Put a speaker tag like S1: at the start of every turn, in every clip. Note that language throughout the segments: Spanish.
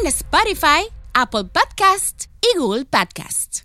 S1: en Spotify, Apple Podcast y Google Podcast.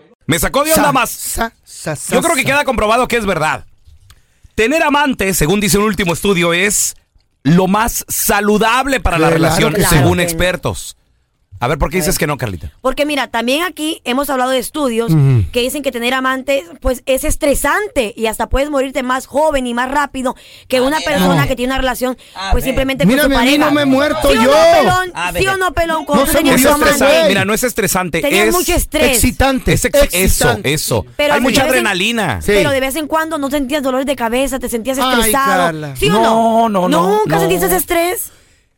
S2: Me sacó de onda
S3: Sa-
S2: más.
S3: sa- sa- sa-
S2: Yo creo que
S3: sa-
S2: queda comprobado que es verdad. Tener amante, según dice un último estudio, es lo más saludable para la
S3: Claro
S2: relación,
S3: que sí.
S2: según
S4: Claro que no.
S2: expertos. A ver, ¿por qué dices que no, Carlita?
S4: Porque mira, también aquí hemos hablado de estudios que dicen que tener amantes pues es estresante y hasta puedes morirte más joven y más rápido que
S2: Ah,
S4: una persona que tiene una relación pues simplemente con
S3: Mírame,
S4: su
S3: a mí
S4: pareja.
S3: no me he muerto
S4: ¿Sí o
S3: yo.
S4: no, pelón?
S5: A
S4: ¿Sí
S5: ver.
S4: o no, pelón? Cuando tú
S3: No se
S4: tenías
S2: Es
S3: murió
S4: tu
S3: amante.
S2: estresante.
S3: güey.
S2: Mira, no es estresante.
S4: Tenías
S2: es,
S4: mucho estrés.
S3: Excitante.
S2: es ex- eso,
S3: excitante.
S2: eso.
S4: Pero
S2: Hay
S4: si
S2: mucha
S4: te ves en-
S2: adrenalina.
S3: Sí.
S4: Pero de vez en cuando no sentías dolores de cabeza, te sentías
S3: Ay,
S4: estresado.
S3: Carla.
S4: ¿Sí o no?
S2: No, no, no,
S4: ¿Nunca
S2: no.
S4: sentiste ese estrés?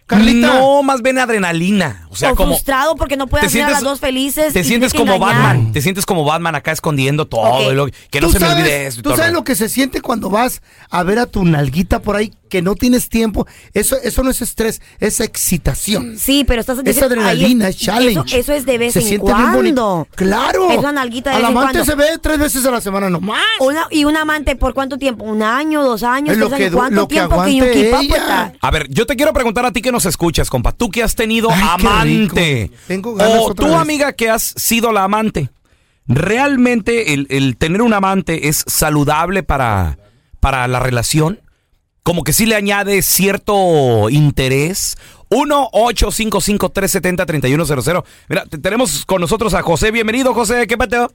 S3: Carlita.
S2: No, más bien adrenalina. O sea,
S4: o
S2: como.
S4: frustrado porque no
S2: Te
S4: puedes ver a
S2: sientes-
S4: las dos felices.
S2: Te
S4: y
S2: sientes
S4: tienes que
S2: como
S4: engañar.
S2: Batman. Te sientes como Batman acá escondiendo todo.
S4: Ok.
S2: y lo- que no
S3: ¿Tú
S2: se me
S3: sabes-
S2: olvide eso. y
S3: Tú
S2: todo el
S3: sabes
S2: rollo.
S3: lo que se siente cuando vas a ver a tu nalguita por ahí que no tienes tiempo. Eso, eso no es estrés, es excitación.
S4: Sí, pero estás
S3: Es adrenalina, es challenge.
S4: Mm. Eso, eso es de vez
S3: se
S4: en
S3: siente
S4: cuando.
S3: Bien bonito. Claro.
S4: Es una nalguita de
S3: Al
S4: vez en
S3: amante
S4: cuando.
S3: se ve tres veces a la semana nomás.
S4: Una- y un amante, ¿por cuánto tiempo? ¿Un año, dos años?
S3: Es lo
S4: tres
S3: que
S4: años?
S3: du-
S4: ¿Cuánto
S3: lo que
S4: tiempo
S3: aguante
S4: Yukipa,
S3: ella.
S4: pues, está?
S2: A ver, yo te quiero preguntar a ti que nos escuchas, compa. Tú que has tenido
S3: Ay, qué
S2: amante.
S3: rico. Tengo ganas
S2: o
S3: otra
S2: Oh, tú,
S3: vez.
S2: amiga, que has sido la amante. ¿Realmente el, el tener un amante es saludable para, para la relación? Como que sí le añade cierto interés. 1-855-370-3100. Mira, te- tenemos con nosotros a José. Bienvenido, José. ¿Qué pateo?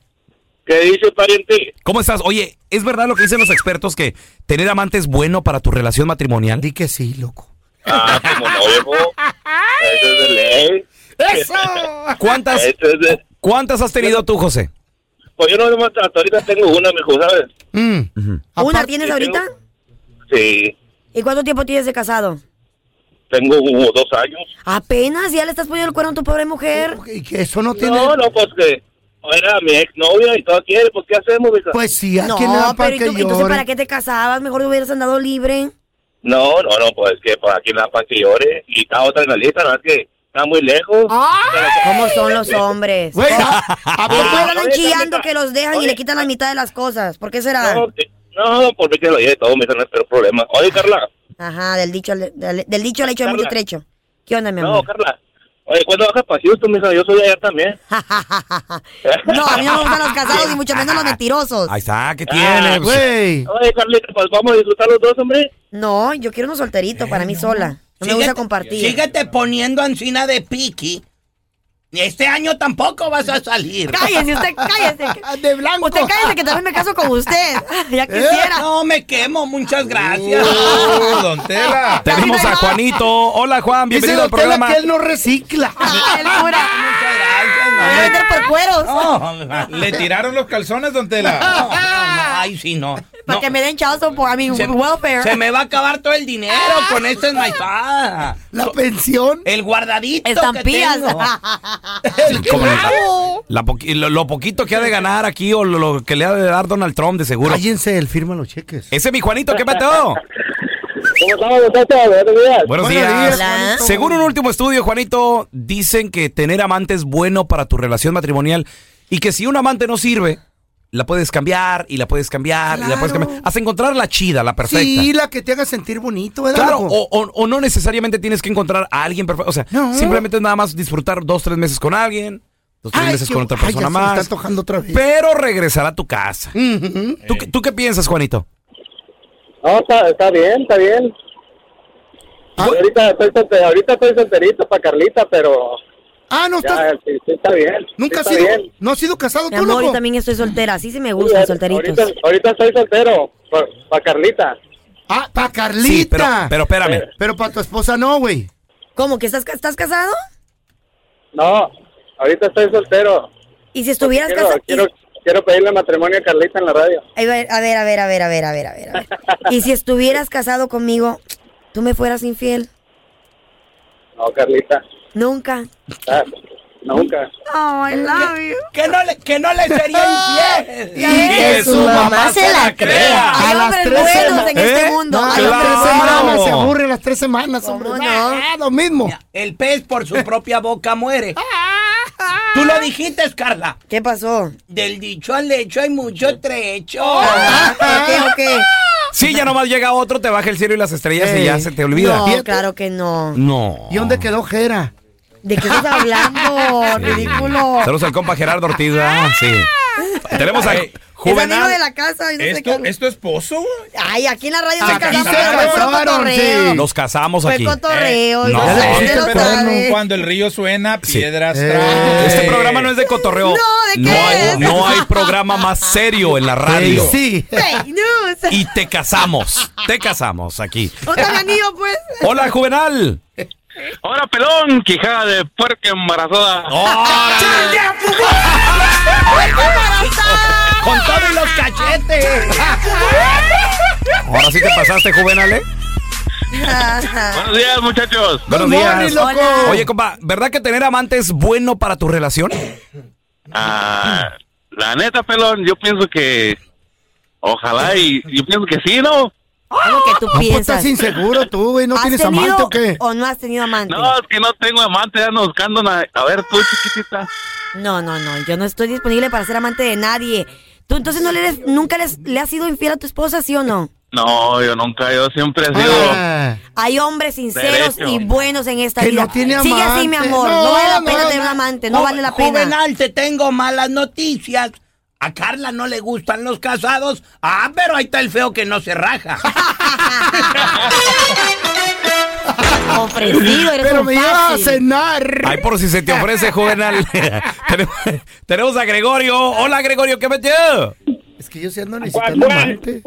S6: ¿Qué dice pariente?
S2: ¿Cómo estás? Oye, ¿es verdad lo que dicen los expertos que tener amante es bueno para tu relación matrimonial?
S3: Di que sí, loco.
S6: Ah, como no, viejo. Eso es de ley.
S3: ¡Eso!
S2: ¿Cuántas,
S6: Eso es de...
S2: ¿Cuántas has tenido tú, José?
S6: Pues yo no nomás hasta ahorita tengo una, mijo, ¿sabes?
S3: Mm.
S4: ¿Una
S3: Aparte-
S4: tienes ahorita?
S6: Sí,
S4: ¿Y cuánto tiempo tienes de casado?
S6: tengo como dos años.
S4: Apenas, ya le estás poniendo el cuerno a tu pobre mujer.
S3: Ok, que eso no tiene.
S6: No, no, pues que era mi exnovia y todo quiere, pues ¿qué hacemos, mija?
S3: Pues sí, ¿a
S4: No,
S3: quién le da para
S4: pero ¿y
S3: que
S4: tú, entonces
S3: llore?
S4: para qué te casabas? Mejor hubieras andado libre.
S6: No, no, no, pues que para aquí la para que llore. Y está otra en la lista, ¿no? Es que está muy lejos.
S4: ¿Cómo son los hombres?
S3: Güey, ah, ¿a- a
S4: ¿Cómo
S3: poco-
S4: andan
S6: ah, oye,
S4: chillando
S6: Carlita,
S4: que los dejan y
S6: oye.
S4: le quitan la mitad de las cosas? ¿Por qué será?
S6: No, te- no, por mí que lo lleve todo, mija, no es pero problema. Oye, Carla.
S4: Ajá, del dicho al, del, del dicho al hecho hay
S6: Carla.
S4: mucho trecho. ¿Qué onda, mi
S6: No,
S4: amor?
S6: Carla. Oye, ¿cuándo bajas para Houston, mija? Yo soy de allá también.
S4: No, a mí no me gustan los casados y mucho menos los mentirosos.
S2: Ahí está, ¿qué tiene?
S6: Ah,
S2: Pues,
S3: Güey.
S6: Oye, Carlita, pues vamos a disfrutar los dos, hombre.
S4: No, yo quiero uno solterito para mí sola. No me gusta compartir.
S5: Síguete poniendo encina de piqui. Y este año tampoco vas a salir.
S4: Cállese usted, cállese.
S3: De blanco.
S4: Usted cállese que también me caso con usted. Ya quisiera.
S5: No me quemo, muchas gracias.
S7: Uh, don Tela.
S2: tenemos a Juanito. Hola, Juan,
S3: Dice
S2: bienvenido al
S3: don Tela
S2: programa.
S3: que él no recicla.
S4: Ah, el cura.
S5: Muchas
S4: Me voy a
S5: gracias.
S4: vender por cueros.
S5: No, no, no,
S7: Le tiraron los calzones, don Tela.
S5: no, ay, sí, no.
S4: Para
S5: No,
S4: que me den chazo por a mi
S5: se-
S4: welfare.
S5: Se me va a acabar todo el dinero con esta enmaizada.
S3: La pensión.
S5: El guardadito
S4: Estampillas.
S5: que tengo.
S2: ¿Cómo le- la poqui- lo, lo poquito que ha de ganar aquí o lo, lo que le ha de dar Donald Trump, de seguro.
S3: Cállense, él firma los cheques.
S2: Ese es mi Juanito, ¿qué pateó?
S6: ¿Cómo estamos, muchachos? Buenos días.
S2: Buenos
S3: Buenos
S2: días.
S3: días, Hola. Juanito.
S2: Según un último estudio, Juanito, dicen que tener amante es bueno para tu relación matrimonial y que si un amante no sirve, la puedes cambiar y la puedes cambiar y la puedes
S3: Claro.
S2: cambiar hasta encontrar la chida, la perfecta.
S3: Sí, la que te haga sentir bonito, ¿verdad?
S2: Claro,
S3: loco?
S2: o, o- o no necesariamente tienes que encontrar a alguien perfecto. O sea,
S3: No.
S2: simplemente es nada más disfrutar dos, tres meses con alguien, dos, tres
S3: Ay,
S2: meses
S3: qué-
S2: con otra
S3: ay, ya
S2: persona
S3: se me está
S2: más.
S3: antojando otra vez.
S2: Pero regresar a tu casa.
S3: Ujú.
S2: ¿Tú, qué- tú qué piensas, Juanito?
S6: No, está, está bien, está bien.
S3: Ah.
S6: Yo Ahorita, estoy solter- ahorita estoy solterito para Carlita, pero
S3: Ah, no estás.
S6: ya, sí, sí está bien. sí
S3: Nunca has
S6: está
S3: sido,
S6: bien.
S3: no has sido casado
S4: Mi
S3: tú,
S4: amor, yo
S3: loco.
S4: también estoy soltera. Así sí me
S6: Sí,
S4: gustan,
S3: Pues
S6: ahorita,
S4: solteritos.
S6: ahorita estoy soltero para Carlita.
S3: Ah, para Carlita.
S2: Sí, pero, pero
S3: pero,
S2: espérame.
S3: para tu esposa no, güey.
S4: ¿Cómo? ¿Que estás, ca- estás casado?
S6: No, ahorita estoy soltero.
S4: Y si estuvieras
S6: Quiero,
S4: casado...
S6: quiero, quiero pedirle matrimonio a Carlita en la radio.
S4: A ver, a ver, a ver, a ver, a ver, a ver, a ver. Y si estuvieras casado conmigo, ¿tú me fueras infiel?
S6: No, Carlita.
S4: Nunca.
S6: ah, nunca.
S4: Oh,
S3: Eh,
S4: I love you.
S5: Que no le, que no le sería infiel.
S2: que su mamá se la crea.
S3: A
S4: Hay
S3: las
S4: hombres
S3: tres
S4: buenos en
S2: semanas. ¿Eh?
S4: este mundo.
S3: No, a
S4: Hay
S3: las
S4: hombres
S3: tres
S2: claro.
S4: buenos.
S3: semanas se aburre, las tres semanas, hombre.
S4: no?
S3: Ah, lo mismo. Ah,
S5: El pez por su propia boca muere. Tú lo dijiste, Carla.
S4: ¿Qué pasó?
S5: Del dicho al hecho hay mucho trecho.
S3: Oh.
S4: Ah, ok, ok.
S2: Sí, ya nomás llega otro, te baja el cielo y las estrellas y
S3: Ey.
S2: ya se te olvida.
S4: No,
S3: Fíjate.
S4: claro que no.
S2: No.
S3: ¿Y dónde quedó Jera?
S4: ¿De qué estás hablando? Ridículo.
S2: Saludos al compa Gerardo Ortiz,
S4: Ah.
S2: ¿verdad? Sí. Tenemos a
S4: Es amigo de
S2: Juvenal.
S4: la casa. y no sé
S7: ¿Es tu,
S4: qué habla.
S7: es tu esposo, güey?
S4: Ay, aquí en la radio
S3: Aquí
S4: se casamos.
S3: se
S4: pero fue puro
S3: casaron,
S4: cotorreo.
S3: sí.
S2: Nos casamos
S4: Fue
S2: aquí.
S4: cotorreo.
S2: Eh,
S4: no,
S2: no.
S4: sé,
S2: Este
S4: usted lo
S3: perro
S4: sabe.
S7: Cuando el río suena,
S2: Sí.
S7: piedras
S3: Eh.
S7: trae.
S2: Este programa no es de cotorreo.
S4: No, ¿de qué
S2: hay,
S4: es?
S2: no hay programa más serio en la radio.
S3: Sí.
S4: Fake news.
S2: Y te casamos. Te casamos aquí.
S4: No te habían ido, pues.
S2: Hola, Juvenal.
S6: Ahora, pelón, quijada de puerca embarazada.
S3: Ah.
S2: ¡Órale!
S5: Con todos los cachetes.
S2: Ahora sí te pasaste, Juvenal, ¿eh?
S3: Ah.
S6: Buenos días, muchachos.
S2: Buenos
S3: morning,
S2: días.
S3: loco. Hola.
S2: Oye, compa, ¿verdad que tener amante es bueno para tu relación?
S6: Ah, la neta, pelón, yo pienso que. Ojalá y. Yo pienso que sí, ¿no?
S4: ¿Cómo que tú
S3: No, pues,
S4: piensas?
S3: estás inseguro tú, güey. ¿No
S4: ¿Has
S3: tienes
S4: tenido
S3: amante o qué?
S4: o no has tenido amante?
S6: No, es que no tengo amante, ando buscando una. A ver, tú, chiquitita.
S4: No, no, no, yo no estoy disponible para ser amante de nadie. Tú entonces no le eres, nunca les- le has sido infiel a tu esposa, ¿sí o no?
S6: No, yo nunca, yo siempre he sido.
S3: Ah,
S4: Hay hombres sinceros
S6: Derecho.
S4: y buenos en esta
S3: Que
S4: vida.
S3: no tiene
S4: Sigue así, mi
S3: amante.
S4: amor. No,
S3: No,
S4: vale la
S3: no,
S4: pena tener
S3: no.
S4: un amante. No
S5: Ju-
S4: vale la pena.
S5: Juvenal, te tengo malas noticias. A Carla no le gustan los casados. Ah, pero ahí está el feo que no se raja.
S4: Ofrecido, eres
S3: Pero
S4: un
S3: me lleva a
S4: fácil.
S3: cenar.
S2: Ay, por si se te ofrece, Juvenal. Tenemos- Tenemos a Gregorio. Hola, Gregorio, ¿qué metió?
S3: Es que yo sí ando necesitando amante.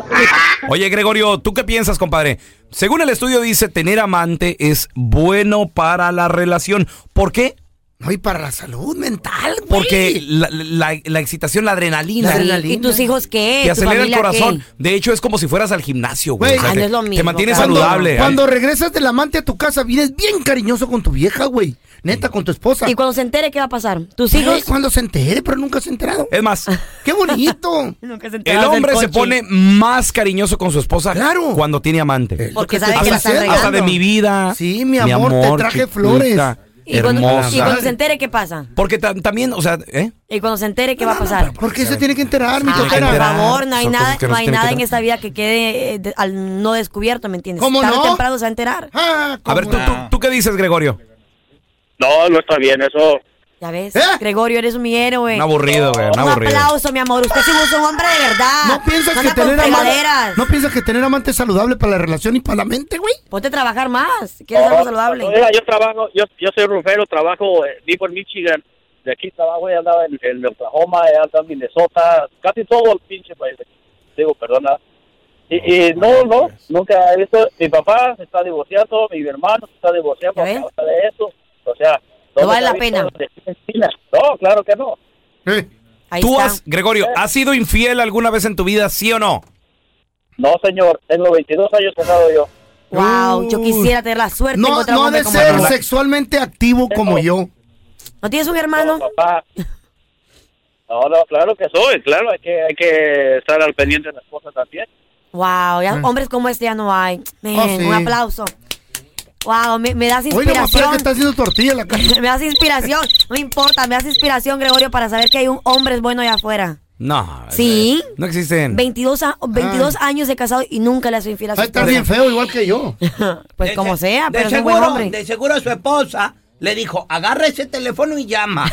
S2: Oye, Gregorio, ¿tú qué piensas, compadre? Según el estudio dice, tener amante es bueno para la relación. ¿Por qué?
S3: No, y para la salud mental, güey.
S2: Porque la, la- la excitación, la adrenalina,
S3: La adrenalina.
S4: ¿Y tus hijos qué?
S2: te
S4: ¿Tu
S2: acelera el
S4: familia
S2: corazón.
S4: qué?
S2: De hecho, es como si fueras al gimnasio, güey.
S3: Güey,
S4: ah,
S2: te,
S4: no es lo
S2: te
S4: mismo,
S2: mantienes
S4: claro.
S3: Cuando,
S2: saludable.
S3: cuando regresas del amante a tu casa, vienes bien cariñoso con tu vieja, güey. Neta, con tu esposa.
S4: Y cuando se entere, ¿qué va a pasar? ¿Tus
S3: Ay,
S4: hijos?
S3: Cuando se entere, pero nunca se ha enterado.
S2: Es más,
S3: ¡Qué bonito!
S4: Nunca se
S2: el
S4: enterarán del
S2: hombre se
S4: coche.
S2: pone más cariñoso con su esposa
S3: Claro. Eh,
S2: cuando tiene amante.
S4: Porque
S3: Lo que
S4: sabe
S3: te
S4: que la
S3: estás
S4: están
S3: haciendo.
S2: Hasta de
S4: regando.
S2: mi vida.
S3: Sí, mi amor, te traje flores.
S4: ¿Y cuando, y
S2: hermosa.
S4: cuando se entere, ¿qué pasa?
S2: Porque tam- también, o sea, ¿eh?
S4: ¿Y cuando se entere, qué va a pasar?
S3: ¿Por qué se tiene que enterar, mi
S2: Ah,
S4: Ay, por
S2: enterar.
S3: toquera?
S4: favor, no hay
S2: Son
S4: nada,
S2: cosas que no
S4: no
S2: se
S4: hay
S2: tienen que
S4: nada en
S2: enterar.
S4: esta vida que quede eh, de- al no descubierto, ¿me entiendes?
S3: ¿Cómo
S4: Tarde o
S3: no?
S4: temprano se va a enterar.
S3: Ah,
S2: A ver, ¿tú,
S3: ¿cómo?
S2: tú, tú qué dices, Gregorio?
S6: No, no está bien, eso.
S4: ¿Ya ves?
S3: ¿Eh?
S4: Gregorio, eres mi héroe.
S2: Un aburrido, güey, un
S4: Un
S2: aburrido.
S4: aplauso, mi amor. Usted sí es un hombre de verdad.
S3: ¿No piensas,
S4: No
S3: que
S4: anda con
S3: tener amante,
S4: fregaderas.
S3: ¿No piensas que tener amante es saludable para la relación y para la mente, güey?
S4: Ponte a trabajar más. ¿Quieres algo
S6: No,
S4: saludable?
S6: mira, yo trabajo, yo, yo soy rufero, trabajo, eh, vivo en Michigan, de aquí trabajo, he andado en, en Oklahoma, he andado en Minnesota, casi todo el pinche país. Digo, perdona. Y, y no, no, nunca he visto, mi papá se está divorciando, mi hermano se está divorciando
S4: ¿Ya ves?
S6: a causa de eso. O sea,
S4: No vale
S6: se ha
S4: la
S6: visto
S4: pena.
S6: de esquina en esquina. No, claro que no.
S3: Eh,
S4: Ahí
S2: ¿Tú
S4: está.
S2: has, Gregorio, has sido infiel alguna vez en tu vida, sí o no?
S6: No, señor, tengo 22 años casado yo.
S4: Wow, yo
S3: Uy.
S4: quisiera tener la suerte de
S3: Mm. No,
S4: encontrar un
S3: no ha
S4: hombre
S3: de
S4: como
S3: ser
S4: tú.
S3: sexualmente activo como yo.
S4: ¿No tienes un hermano?
S6: Papá. No, no, claro que soy, claro, hay que, hay que estar al pendiente de las cosas también.
S4: Wow, ya, hombres como este ya no hay. Man,
S3: Oh, Ah. sí.
S4: Un aplauso. Wow, me, me das
S3: Oye, nomás parece
S4: inspiración.
S3: que está haciendo tortilla en la casa.
S4: me das inspiración. No importa, me das inspiración, Gregorio, para saber que hay un hombre bueno allá afuera.
S2: No.
S4: Sí.
S2: No existen.
S4: 22, a- 22 años de casado y nunca le has infiel a su
S3: Ay, está
S4: esposa.
S3: bien feo, igual que yo.
S4: Pues
S5: De
S4: como
S5: se-
S4: sea, pero
S5: de
S4: es un buen
S5: seguro,
S4: hombre.
S5: de seguro su esposa le dijo, agarra ese teléfono y llama.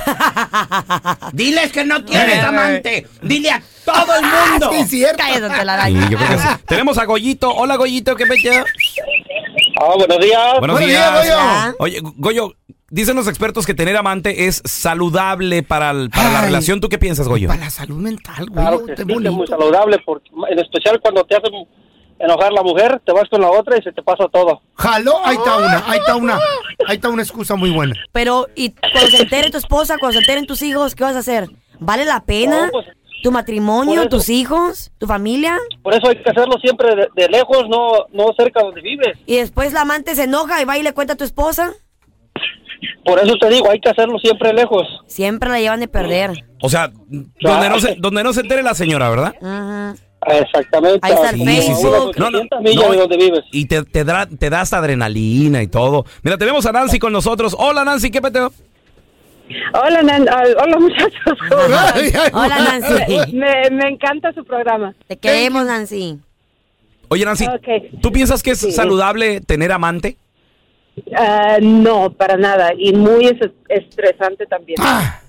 S5: Diles que no tienes amante. Dile a todo el mundo.
S3: Eh, Sí, es cierto.
S4: Cállate, don Telaraño.
S2: Sí, yo creo que sí. Tenemos a Goyito. Hola, Goyito, ¿qué pecho?
S6: Ah, buenos días.
S2: Buenos
S3: Buenos días,
S2: días.
S4: Goyo.
S2: Oye, Goyo, dicen los expertos que tener amante es saludable para, el- para la
S3: Ay.
S2: relación. ¿Tú qué piensas, Goyo?
S3: Para la salud mental, güey.
S6: Claro que
S3: está
S6: sí, que es muy
S3: bonito.
S6: saludable, porque, en especial cuando te hacen enojar la mujer, te vas con la otra y se te pasa todo.
S3: Jaló, ahí está una, ahí está una. Ahí está una excusa muy buena.
S4: Pero, y cuando se entere tu esposa, cuando se enteren tus hijos, ¿qué vas a hacer? ¿Vale la pena?
S6: No, pues,
S4: ¿Tu
S6: por
S4: matrimonio,
S6: eso.
S4: tus hijos, tu familia?
S6: Por eso hay que hacerlo siempre de, de lejos, no, no cerca donde vives.
S4: Y después la amante se enoja y va y le cuenta a tu esposa.
S6: Por eso te digo, hay que hacerlo siempre lejos.
S4: Siempre la llevan de perder.
S2: O sea, donde no, se, donde no se entere la señora, ¿verdad?
S4: Ujú.
S6: Exactamente.
S4: Ahí está el
S6: Como
S4: Facebook.
S6: a unas 800 millas de donde vives.
S2: Y te, te, da, te da hasta adrenalina y todo. Mira, tenemos a Nancy con nosotros. Hola, Nancy, ¿qué peteo?
S8: Hola, Nan- ah, hola muchachos. ¿cómo están?
S4: Hola, Nancy.
S8: me, me encanta su programa.
S4: Te queremos, Nancy.
S2: Oye, Nancy,
S8: Ok.
S2: ¿tú piensas que es saludable tener amante?
S8: Ah, no, para nada. Y muy es- estresante también.
S3: Ah,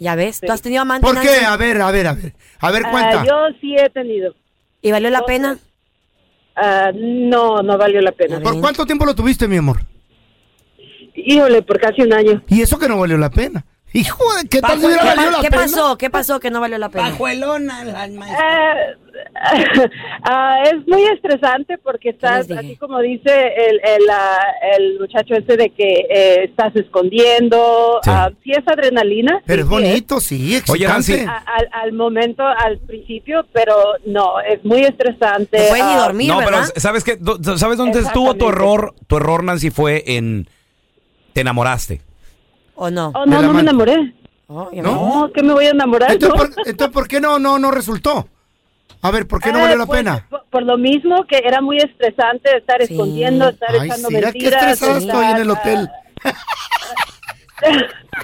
S4: Ya ves, tú has tenido amante,
S3: ¿Por qué?
S4: Nancy?
S3: A ver, a ver, a ver. A ver,
S8: Ah,
S3: cuenta.
S8: yo sí he tenido.
S4: ¿Y valió la pena?
S8: Ah, no, no valió la pena.
S3: ¿Por cuánto tiempo lo tuviste, mi amor?
S8: Híjole, por casi un año.
S3: Y eso que no valió la pena. Hijo de, ¿qué tal
S5: Bajo-
S3: si hubiera
S4: ¿Qué,
S3: valido
S4: pa-
S3: la
S4: qué
S3: pena?
S4: pasó? ¿Qué pasó que no valió la pena?
S5: Pajuelona, la maestra.
S8: Ah, ah, es muy estresante porque
S4: les
S8: estás,
S4: dije.
S8: así como dice el, el, ah, el muchacho este de que eh, estás escondiendo.
S2: Sí.
S8: Ah, sí es adrenalina.
S3: Pero es
S8: sí, sí es.
S3: bonito, sí, excitante.
S2: Oye, Nancy.
S8: a- al, al momento, al principio, pero no, es muy estresante.
S4: No puedes ni
S8: Ah,
S4: dormir,
S2: no,
S4: ¿verdad?
S2: pero ¿sabes qué? Do- ¿Sabes dónde estuvo
S8: Exactamente.
S2: tu error? Tu error, Nancy, fue en... Te enamoraste.
S4: ¿O no?
S8: Oh,
S3: De
S8: no,
S3: la
S8: no me
S3: mano.
S8: enamoré.
S4: Oh, ya ves.
S8: No, que me voy a enamorar.
S3: Entonces,
S8: ¿no?
S3: ¿por, entonces, ¿por qué no, no, no resultó? A ver, ¿por qué no
S8: Ah,
S3: valió la
S8: pues,
S3: pena?
S8: Por, por lo mismo que era muy estresante estar
S4: Sí.
S8: escondiendo, estar
S3: Ay,
S8: echando
S3: sí, mira qué
S8: mentiras.
S3: estresada
S8: estar,
S3: estoy en el hotel.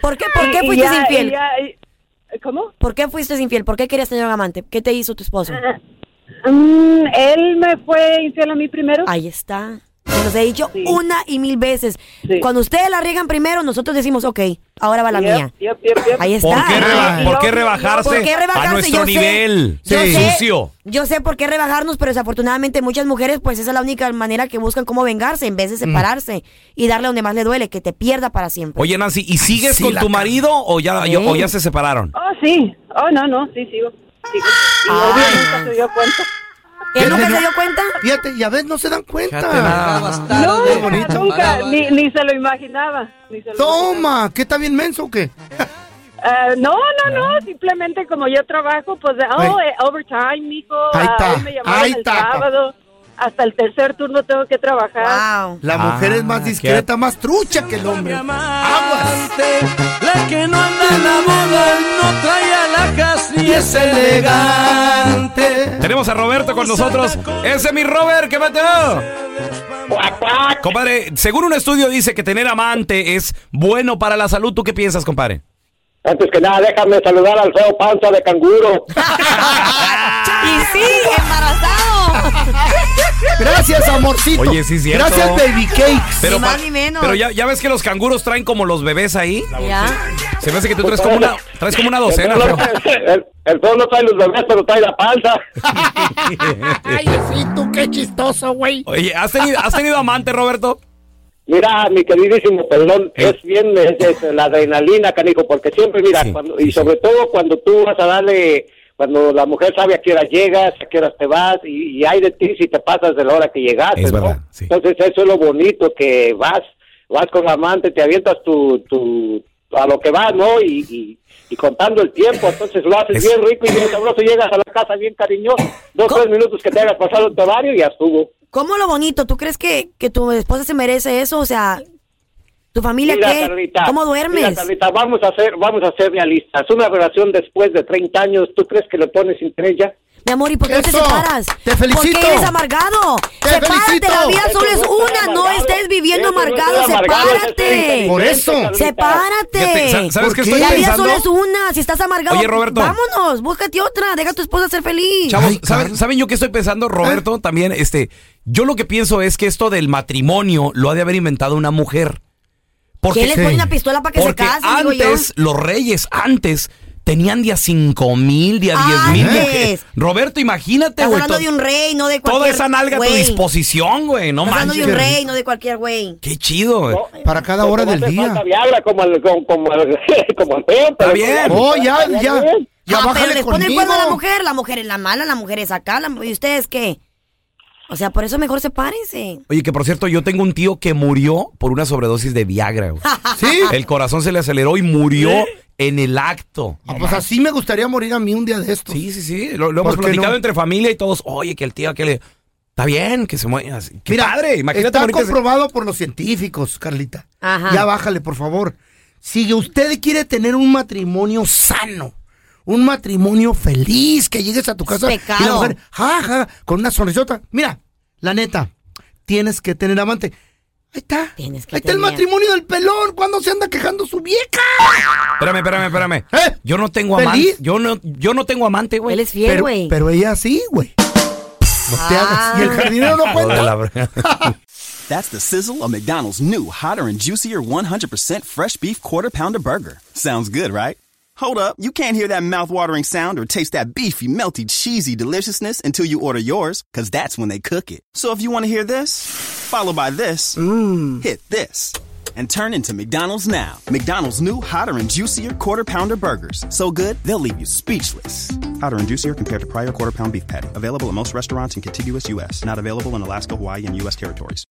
S4: ¿Por qué, por
S8: y-
S4: qué
S8: y
S4: fuiste
S8: ya- y
S4: infiel?
S8: ya- y- ¿Cómo?
S4: ¿Por qué fuiste infiel? ¿Por qué querías tener un amante? ¿Qué te hizo tu esposo?
S8: Mm, él me fue infiel a mí primero.
S4: Ahí está. Se Nos he dicho una y mil veces.
S8: Sí.
S4: Cuando ustedes la riegan primero, nosotros decimos, ok, ahora va la
S8: Yep,
S4: mía.
S8: yep, yep, yep.
S4: Ahí está.
S2: ¿Por qué, reba-
S3: Ay.
S2: por qué
S8: Yo-
S2: rebajarse,
S4: ¿Por qué rebajarse?
S2: a nuestro
S4: Yo sé.
S2: nivel?
S4: Yo
S3: Sí.
S4: sé,
S2: Sucio.
S4: yo sé por qué rebajarnos, pero desafortunadamente muchas mujeres, pues esa es la única manera que buscan cómo vengarse en vez de separarse y darle donde más le duele, que te pierda para siempre.
S2: Oye, Nancy, ¿y sigues
S3: Sí,
S2: con
S3: la
S2: tu
S3: ca-
S2: marido o ya,
S4: Sí.
S2: o ya se separaron?
S8: Oh, sí. Oh, no, no, sí, sigo. sigo. Y
S4: Ah.
S8: obvio nunca se dio cuenta.
S4: ¿Él nunca
S3: Fíjate,
S4: se dio cuenta?
S3: Fíjate, ya ves, no se dan
S2: Fíjate nada
S3: cuenta.
S2: más.
S8: No,
S3: Qué bonito.
S8: nunca, ni, ni se lo imaginaba. ni se lo imaginaba.
S3: Toma, ¿qué está bien menso o qué?
S8: Ah, no, no, no, simplemente como yo trabajo, pues, de- oh,
S3: Ay.
S8: eh, overtime, mijo.
S3: Ahí
S8: ah,
S3: está,
S8: hoy me llamaron
S3: ahí
S8: el
S3: está.
S8: sábado. Hasta el tercer turno tengo que trabajar.
S4: Wow.
S3: La
S2: Ah,
S3: mujer es más
S2: qué-
S3: discreta, más trucha que el hombre.
S5: La que no anda en la moda, no trae alhajas ni es
S3: elegante.
S2: Tenemos a Roberto con nosotros. Ese es mi Robert, ¿qué mateo? Compadre, según un estudio dice que tener amante es bueno para la salud. ¿Tú qué piensas, compadre?
S6: Antes que nada, déjame saludar al feo panza de canguro.
S4: Y sí, embarazado.
S3: Gracias, amorcito.
S2: Oye, sí es cierto.
S3: Gracias, baby cakes.
S4: Ni más
S2: pa-
S4: ni menos.
S2: Pero ya, ya ves que los canguros traen como los bebés ahí.
S4: Ya.
S2: Se me hace que tú traes como una, traes como una docena,
S6: el,
S2: feo.
S6: el, el feo no trae los bebés, pero trae la panza.
S3: Ay, sí, tú qué chistoso, güey.
S2: Oye, ¿has tenido, ¿has tenido amante, Roberto?
S6: Mira, mi queridísimo, perdón,
S2: Ey.
S6: es bien es- es la adrenalina, canijo, porque siempre, mira,
S2: Sí,
S6: cuando-
S2: sí,
S6: y sobre todo cuando tú vas a darle, cuando la mujer sabe a qué hora llegas, a qué hora te vas, y, y hay de ti si te pasas de la hora que llegaste,
S2: Es
S6: ¿no?
S2: verdad, sí.
S6: Entonces eso es lo bonito, que vas, vas con la amante, te avientas tu, tu, a lo que vas, ¿no? Y, y, y contando el tiempo, entonces lo haces
S2: Es-
S6: bien rico y bien sabroso, llegas a la casa bien cariñoso, dos,
S4: ¿Cómo?
S6: tres minutos que te hagas pasado el horario y ya estuvo.
S4: ¿Cómo lo bonito? ¿Tú crees que, que tu esposa se merece eso? O sea, ¿tu familia
S6: Mira,
S4: qué?
S6: Carlita,
S4: ¿Cómo
S6: mira,
S4: duermes?
S6: Carlita, vamos a ser, vamos a ser realistas. Una relación después de 30 años, ¿tú crees que le pones interés ya?
S4: Mi amor, ¿y por qué no te
S3: Eso.
S4: separas?
S3: Te felicito.
S4: ¿Por qué eres amargado?
S3: Te
S4: Sepárate,
S3: felicito.
S4: la vida solo es una, no estés viviendo amargado, sepárate.
S3: Por eso.
S2: Fíjate,
S4: Sepárate.
S2: sa- ¿sabes
S3: ¿Por
S2: qué
S3: qué?
S2: estoy
S4: La vida
S2: pensando?
S4: solo es una, si estás amargado,
S2: Oye, Roberto.
S4: vámonos, búscate otra, deja a tu esposa ser feliz.
S2: Chavos,
S3: Ay,
S2: ¿saben,
S3: Carlos.
S2: saben yo qué estoy pensando, Roberto? También, este, yo lo que pienso es que esto del matrimonio lo ha de haber inventado una mujer. Porque,
S4: ¿Quién les pone una pistola para que se
S2: porque
S4: casen? digo yo?
S2: antes, los reyes, antes, tenían de a cinco mil, de a diez mil
S4: Antes.
S2: mujeres. Roberto, imagínate,
S4: Estás
S2: güey.
S4: hablando
S2: to-
S4: de un rey, no de cualquier
S2: Toda esa nalga a tu
S4: güey.
S2: disposición, güey. No
S4: Estás hablando de
S2: manches.
S4: un rey, no de cualquier güey.
S2: Qué chido, güey.
S3: Para cada hora del día.
S6: Viagra como el, como, como el, como el Pepe.
S2: Está bien.
S3: Oh, ya, ya. Ya
S4: ah, pero
S3: bájale
S4: les pone el
S3: conmigo.
S4: cuerno a la mujer, la mujer es la mala, la mujer es acá, la- ¿y ustedes qué? O sea, por eso mejor sepárense.
S2: Oye, que por cierto, yo tengo un tío que murió por una sobredosis de Viagra, güey.
S3: Sí.
S2: El corazón se le aceleró y murió en el acto.
S3: Ah, pues así me gustaría morir a mí un día de estos.
S2: Sí, sí, sí. Lo, lo hemos
S3: ¿Por qué
S2: platicado
S3: no?
S2: entre familia y todos. Oye, que el tío, que le. Está bien, que se muera. así. ¡Qué
S3: Mira,
S2: padre! Imagínate
S3: está
S2: morirte así.
S3: comprobado por los científicos, Carlita.
S4: Ajá.
S3: Ya bájale, por favor. Si usted quiere tener un matrimonio sano, un matrimonio feliz, que llegues a tu casa y la
S4: pecado.
S3: mujer, ja, ja, con una sonrisota. Mira, la neta, tienes que tener amante. Ahí está.
S4: Tienes que
S3: Ahí está el
S4: tener.
S3: matrimonio del pelón. ¿Cuándo se anda quejando su vieja?
S2: Espérame, espérame, espérame.
S3: ¿Eh?
S2: Yo no tengo
S3: ¿Feliz?
S2: amante. Yo no, yo no tengo amante, güey.
S4: Él es fiel,
S3: Pero,
S4: güey.
S3: pero ella sí, güey. No te hagas. Y el jardinero no
S2: Hijo de
S3: cuenta.
S2: la br-
S9: That's the sizzle of McDonald's new hotter and juicier 100% fresh beef quarter pounder burger. Sounds good, right? Hold up, you can't hear that mouth-watering sound or taste that beefy, melty, cheesy deliciousness until you order yours, cuz that's when they cook it. So if you want to hear this, followed by this, hit this and turn into McDonald's now. McDonald's new hotter and juicier quarter pounder burgers. So good, they'll leave you speechless. Hotter and juicier compared to prior quarter pound beef patty. Available at most restaurants in contiguous US, not available in Alaska, Hawaii, and US territories.